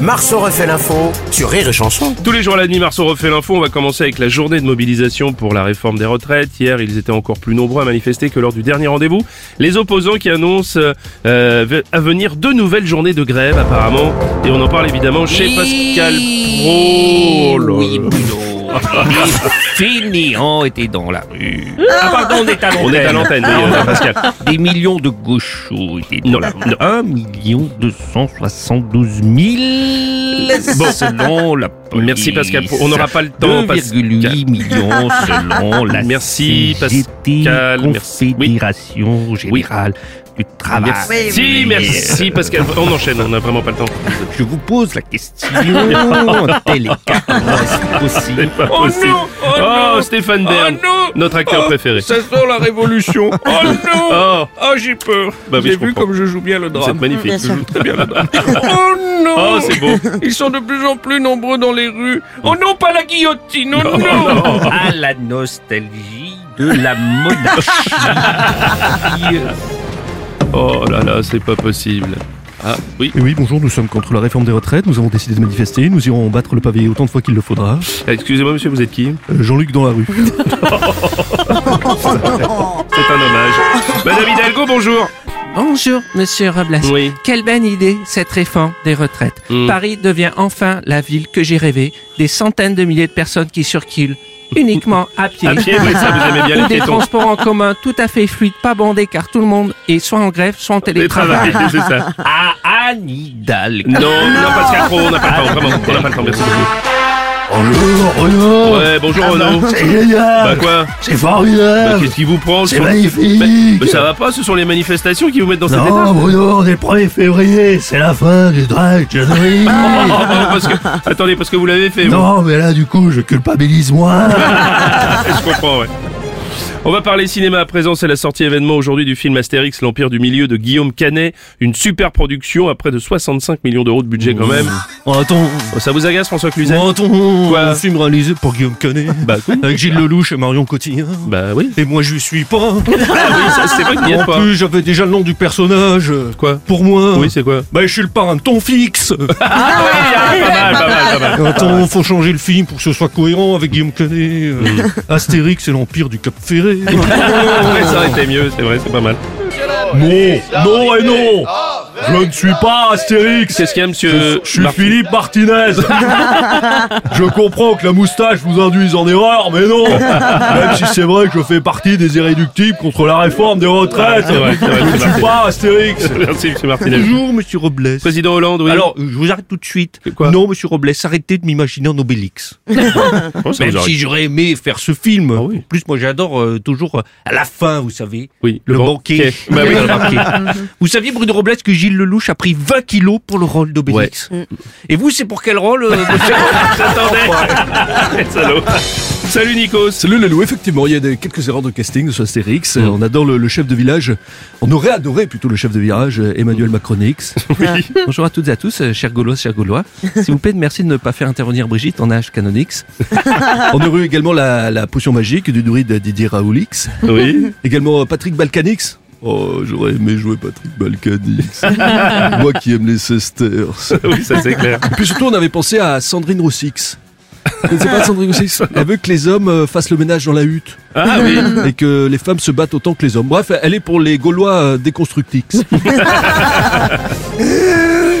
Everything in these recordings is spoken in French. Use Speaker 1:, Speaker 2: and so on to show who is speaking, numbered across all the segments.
Speaker 1: Marceau refait l'info sur Rire et Chanson.
Speaker 2: Tous les jours à la nuit, Marceau refait l'info. On va commencer avec la journée de mobilisation pour la réforme des retraites. Hier, ils étaient encore plus nombreux à manifester que lors du dernier rendez-vous. Les opposants qui annoncent euh, euh, à venir deux nouvelles journées de grève, apparemment. Et on en parle évidemment chez Pascal Pro. Oh,
Speaker 3: Oui, Bruno. Fini, on était dans la rue. Ah, pardon, on est à
Speaker 2: On est à l'antenne, d'ailleurs, Pascal.
Speaker 3: Des millions de gauchos étaient
Speaker 2: Non,
Speaker 3: dans la rue. 1 272 000 selon la police.
Speaker 2: Merci, Pascal. On n'aura pas le temps,
Speaker 3: 2,8
Speaker 2: Pascal.
Speaker 3: millions selon la
Speaker 2: Merci,
Speaker 3: CGT,
Speaker 2: Pascal. Merci. Oui.
Speaker 3: Confédération Générale du Travail.
Speaker 2: Merci, merci Pascal. On enchaîne, on n'a vraiment pas le temps.
Speaker 3: Je vous pose la question. Un tel écart, est-ce possible
Speaker 2: Pas possible. Oh, Stéphane Bern, notre acteur préféré.
Speaker 4: Ça sent la révolution. Oh non
Speaker 2: Oh,
Speaker 4: Oh, j'ai peur.
Speaker 2: Bah oui,
Speaker 4: J'ai
Speaker 2: je
Speaker 4: vu
Speaker 2: comprends.
Speaker 4: comme je joue bien le
Speaker 2: c'est
Speaker 4: drame.
Speaker 2: magnifique.
Speaker 4: Oh non
Speaker 2: Oh, c'est beau.
Speaker 4: Ils sont de plus en plus nombreux dans les rues. Oh non, pas la guillotine. Oh non,
Speaker 3: à la nostalgie de la monarchie.
Speaker 2: Oh là là, c'est pas possible. Ah oui,
Speaker 5: Et oui, bonjour, nous sommes contre la réforme des retraites, nous avons décidé de manifester, nous irons battre le pavé autant de fois qu'il le faudra.
Speaker 2: Ah, excusez-moi monsieur, vous êtes qui
Speaker 5: Euh, Jean-Luc dans la rue.
Speaker 2: C'est un hommage. Madame Hidalgo, bonjour.
Speaker 6: Bonjour, monsieur Robles.
Speaker 2: Oui.
Speaker 6: Quelle bonne idée, cette réforme des retraites.
Speaker 2: Mm.
Speaker 6: Paris devient enfin la ville que j'ai rêvée. Des centaines de milliers de personnes qui circulent uniquement à pied.
Speaker 2: À pied, oui, ça vous aimez bien les
Speaker 6: Ou des
Speaker 2: piétons.
Speaker 6: transports en commun tout à fait fluides, pas bandés, car tout le monde est soit en grève, soit en
Speaker 2: Les
Speaker 6: télétravail.
Speaker 2: travail, c'est ça.
Speaker 3: à Anne Hidalgo.
Speaker 2: Non, non, Pascal Pro, on n'a pas le temps, vraiment, on n'a pas le temps, merci beaucoup.
Speaker 5: Bonjour, Renaud
Speaker 2: Ouais, bonjour Oh, Renaud.
Speaker 5: C'est
Speaker 2: Bah
Speaker 5: génial
Speaker 2: quoi
Speaker 5: C'est
Speaker 2: Bah,
Speaker 5: formidable
Speaker 2: Qu'est-ce qui vous prend ce
Speaker 5: C'est
Speaker 2: sont-
Speaker 5: magnifique
Speaker 2: Mais ça va pas, ce sont les manifestations qui vous mettent dans cet état.
Speaker 5: Non, Bruno, on est le 1er février, c'est la fin du drag January
Speaker 2: Oh,
Speaker 5: ah.
Speaker 2: parce que, attendez, parce que vous l'avez fait, vous.
Speaker 5: Non, mais là, du coup, je culpabilise moi
Speaker 2: je comprends, ouais. On va parler cinéma à présent, c'est la sortie événement aujourd'hui du film Astérix, l'Empire du Milieu de Guillaume Canet, une super production à près de 65 millions d'euros de budget quand même.
Speaker 5: Oh, attends,
Speaker 2: Oh, Ça vous agace François Cluzet
Speaker 5: oh, attends,
Speaker 2: Quoi
Speaker 5: un film réalisé pour Guillaume Canet,
Speaker 2: Bah quoi
Speaker 5: avec Gilles Lelouch et Marion Cotillard.
Speaker 2: Bah oui.
Speaker 5: Et moi, je suis pas
Speaker 2: Ah oui, ça c'est vrai qu'il n'y
Speaker 5: En
Speaker 2: a pas.
Speaker 5: plus, j'avais déjà le nom du personnage.
Speaker 2: Quoi
Speaker 5: Pour moi
Speaker 2: Oui, c'est quoi
Speaker 5: Bah, je suis le parrain de ton fixe
Speaker 2: Ah oui, ah, pas mal, pas mal, pas mal.
Speaker 5: Attends, faut changer le film pour que ce soit cohérent avec Guillaume Canet. euh, Astérix et l'Empire du Cap Ferré.
Speaker 2: Ouais, ça aurait été mieux, c'est vrai, c'est pas mal.
Speaker 5: non, non et non Je ne suis pas Astérix
Speaker 2: Qu'est-ce qu'il y a, monsieur Euh, Martin
Speaker 5: Philippe Martinez Je comprends que la moustache vous induise en erreur, mais non Même si c'est vrai que je fais partie des irréductibles contre la réforme des retraites
Speaker 2: C'est vrai, c'est vrai, monsieur Martinez.
Speaker 5: pas Astérix
Speaker 2: Merci, monsieur Martinez.
Speaker 5: Bonjour, monsieur Robles.
Speaker 2: Président Hollande, oui.
Speaker 5: Alors, euh, je vous arrête tout de suite.
Speaker 2: Quoi
Speaker 5: non, monsieur Robles, arrêtez de m'imaginer en Obélix.
Speaker 2: Oh, ça
Speaker 5: Même
Speaker 2: vous aurait-
Speaker 5: si j'aurais aimé faire ce film.
Speaker 2: Ah oui.
Speaker 5: En plus, moi, j'adore euh, toujours euh, à la fin, vous savez.
Speaker 2: Oui,
Speaker 5: Le,
Speaker 2: ban-
Speaker 5: banquet.
Speaker 2: Ok. Bah oui.
Speaker 5: Le banquet. vous saviez, Bruno Robles, que Gilles Lelouch a pris 20 kilos pour le rôle d'Obélix. Mm. Et vous, c'est pour quel rôle euh, monsieur
Speaker 2: J'attendais. Salaud. Salut Nikos.
Speaker 7: Salut Lalou, effectivement, il y a des- quelques erreurs de casting sur Astérix.
Speaker 6: Mm.
Speaker 7: Euh, On adore le, le chef de village. On aurait adoré plutôt le chef de village, euh, Emmanuel Macronix.
Speaker 6: Bonjour à toutes et à tous, euh, chers Gaulois, chers Gaulois. S'il vous plaît, merci de ne pas faire intervenir Brigitte en âge canonix.
Speaker 7: On aurait eu également la, la potion magique du druide Didier Raoulix.
Speaker 2: Oui.
Speaker 7: Également euh, Patrick Balkanix. Oh, j'aurais aimé jouer Patrick Balkanix. Moi qui aime les Sesters.
Speaker 2: Oui, ça c'est clair.
Speaker 7: Et puis surtout, on avait pensé à Sandrine Roussix. C'est pas Sandrine Roussix Elle veut que les hommes euh, fassent le ménage dans la hutte.
Speaker 2: Ah oui.
Speaker 7: et que les femmes se battent autant que les hommes. Bref, elle est pour les Gaulois euh, déconstructix.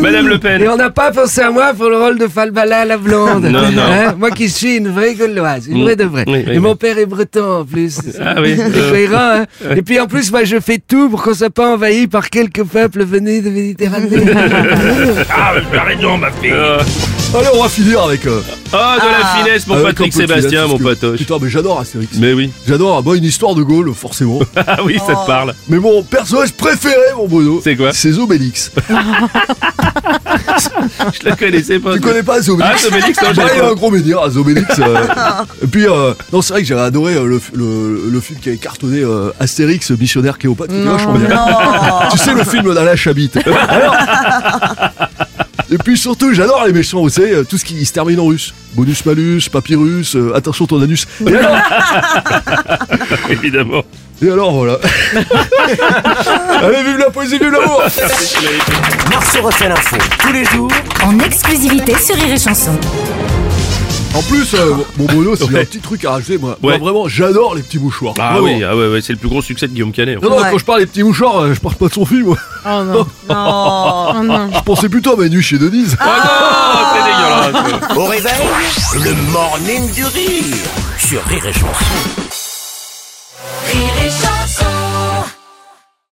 Speaker 2: Madame Le
Speaker 8: Et
Speaker 2: Pen.
Speaker 8: on n'a pas pensé à moi pour le rôle de Falbala la blonde.
Speaker 2: Non, non.
Speaker 8: Hein moi qui suis une vraie gauloise, une
Speaker 2: Mm.
Speaker 8: vraie de vraie.
Speaker 2: Oui, oui,
Speaker 8: Et mon père est breton en plus.
Speaker 2: Ah oui.
Speaker 8: C'est
Speaker 2: euh,
Speaker 8: cohérent, hein Et puis en plus, moi je fais tout pour qu'on soit pas envahi par quelques peuples venus de Méditerranée.
Speaker 3: Ah, mais arrêtons, ma fille.
Speaker 2: euh,
Speaker 7: Allez, on va finir avec. euh,
Speaker 2: Oh, de la finesse, mon
Speaker 7: avec un peu
Speaker 2: Patrick
Speaker 7: de finesse,
Speaker 2: Sébastien,
Speaker 7: parce
Speaker 2: mon
Speaker 7: que-
Speaker 2: patoche.
Speaker 7: Putain, mais j'adore Astérix.
Speaker 2: Mais oui.
Speaker 7: J'adore. Bah, une histoire de Gaulle, forcément.
Speaker 2: Ah oui, ça te parle.
Speaker 7: mais mon personnage préféré, mon Bruno.
Speaker 2: C'est quoi
Speaker 7: C'est Zobélix.
Speaker 2: Je la connaissais pas.
Speaker 7: tu connais pas Zobélix
Speaker 2: Ah, Zobélix, non, je
Speaker 7: Bah,
Speaker 2: l'ai
Speaker 7: il y a
Speaker 2: pas.
Speaker 7: un gros média à Zobélix. euh. Et puis, euh, non, c'est vrai que j'avais adoré euh, le, f- le- le film qui avait cartonné euh, Astérix, missionnaire Cléopâtre. Non, tu, vois, je crois bien. tu sais, le film d'Alain Chabit. Alors, Et puis surtout, j'adore les méchants, vous savez, euh, tout ce qui se termine en russe. Bonus malus, papyrus, euh, attention ton anus. Et alors,
Speaker 2: évidemment.
Speaker 7: et alors voilà. Allez, vive la poésie, vive l'amour
Speaker 1: Marceau refait l'info tous les jours
Speaker 9: en exclusivité sur Rire et Chanson.
Speaker 7: En plus, euh, mon Bruno, c'est un petit truc à rajouter, moi.
Speaker 2: Ouais.
Speaker 7: Moi, vraiment, j'adore les petits mouchoirs.
Speaker 2: Ah
Speaker 7: Vraiment.
Speaker 2: oui, ah ouais, ouais, c'est le plus gros succès de Guillaume Canet. en fait.
Speaker 7: Non, non,
Speaker 10: Ouais.
Speaker 7: quand je parle des petits mouchoirs, euh, je parle pas de son film, moi.
Speaker 10: Oh non. Non. Oh non.
Speaker 7: Je pensais plutôt à ma nuit chez Denise.
Speaker 2: Ah, c'est dégueulasse.
Speaker 1: Au réveil, le morning du rire sur Rire et Chanson.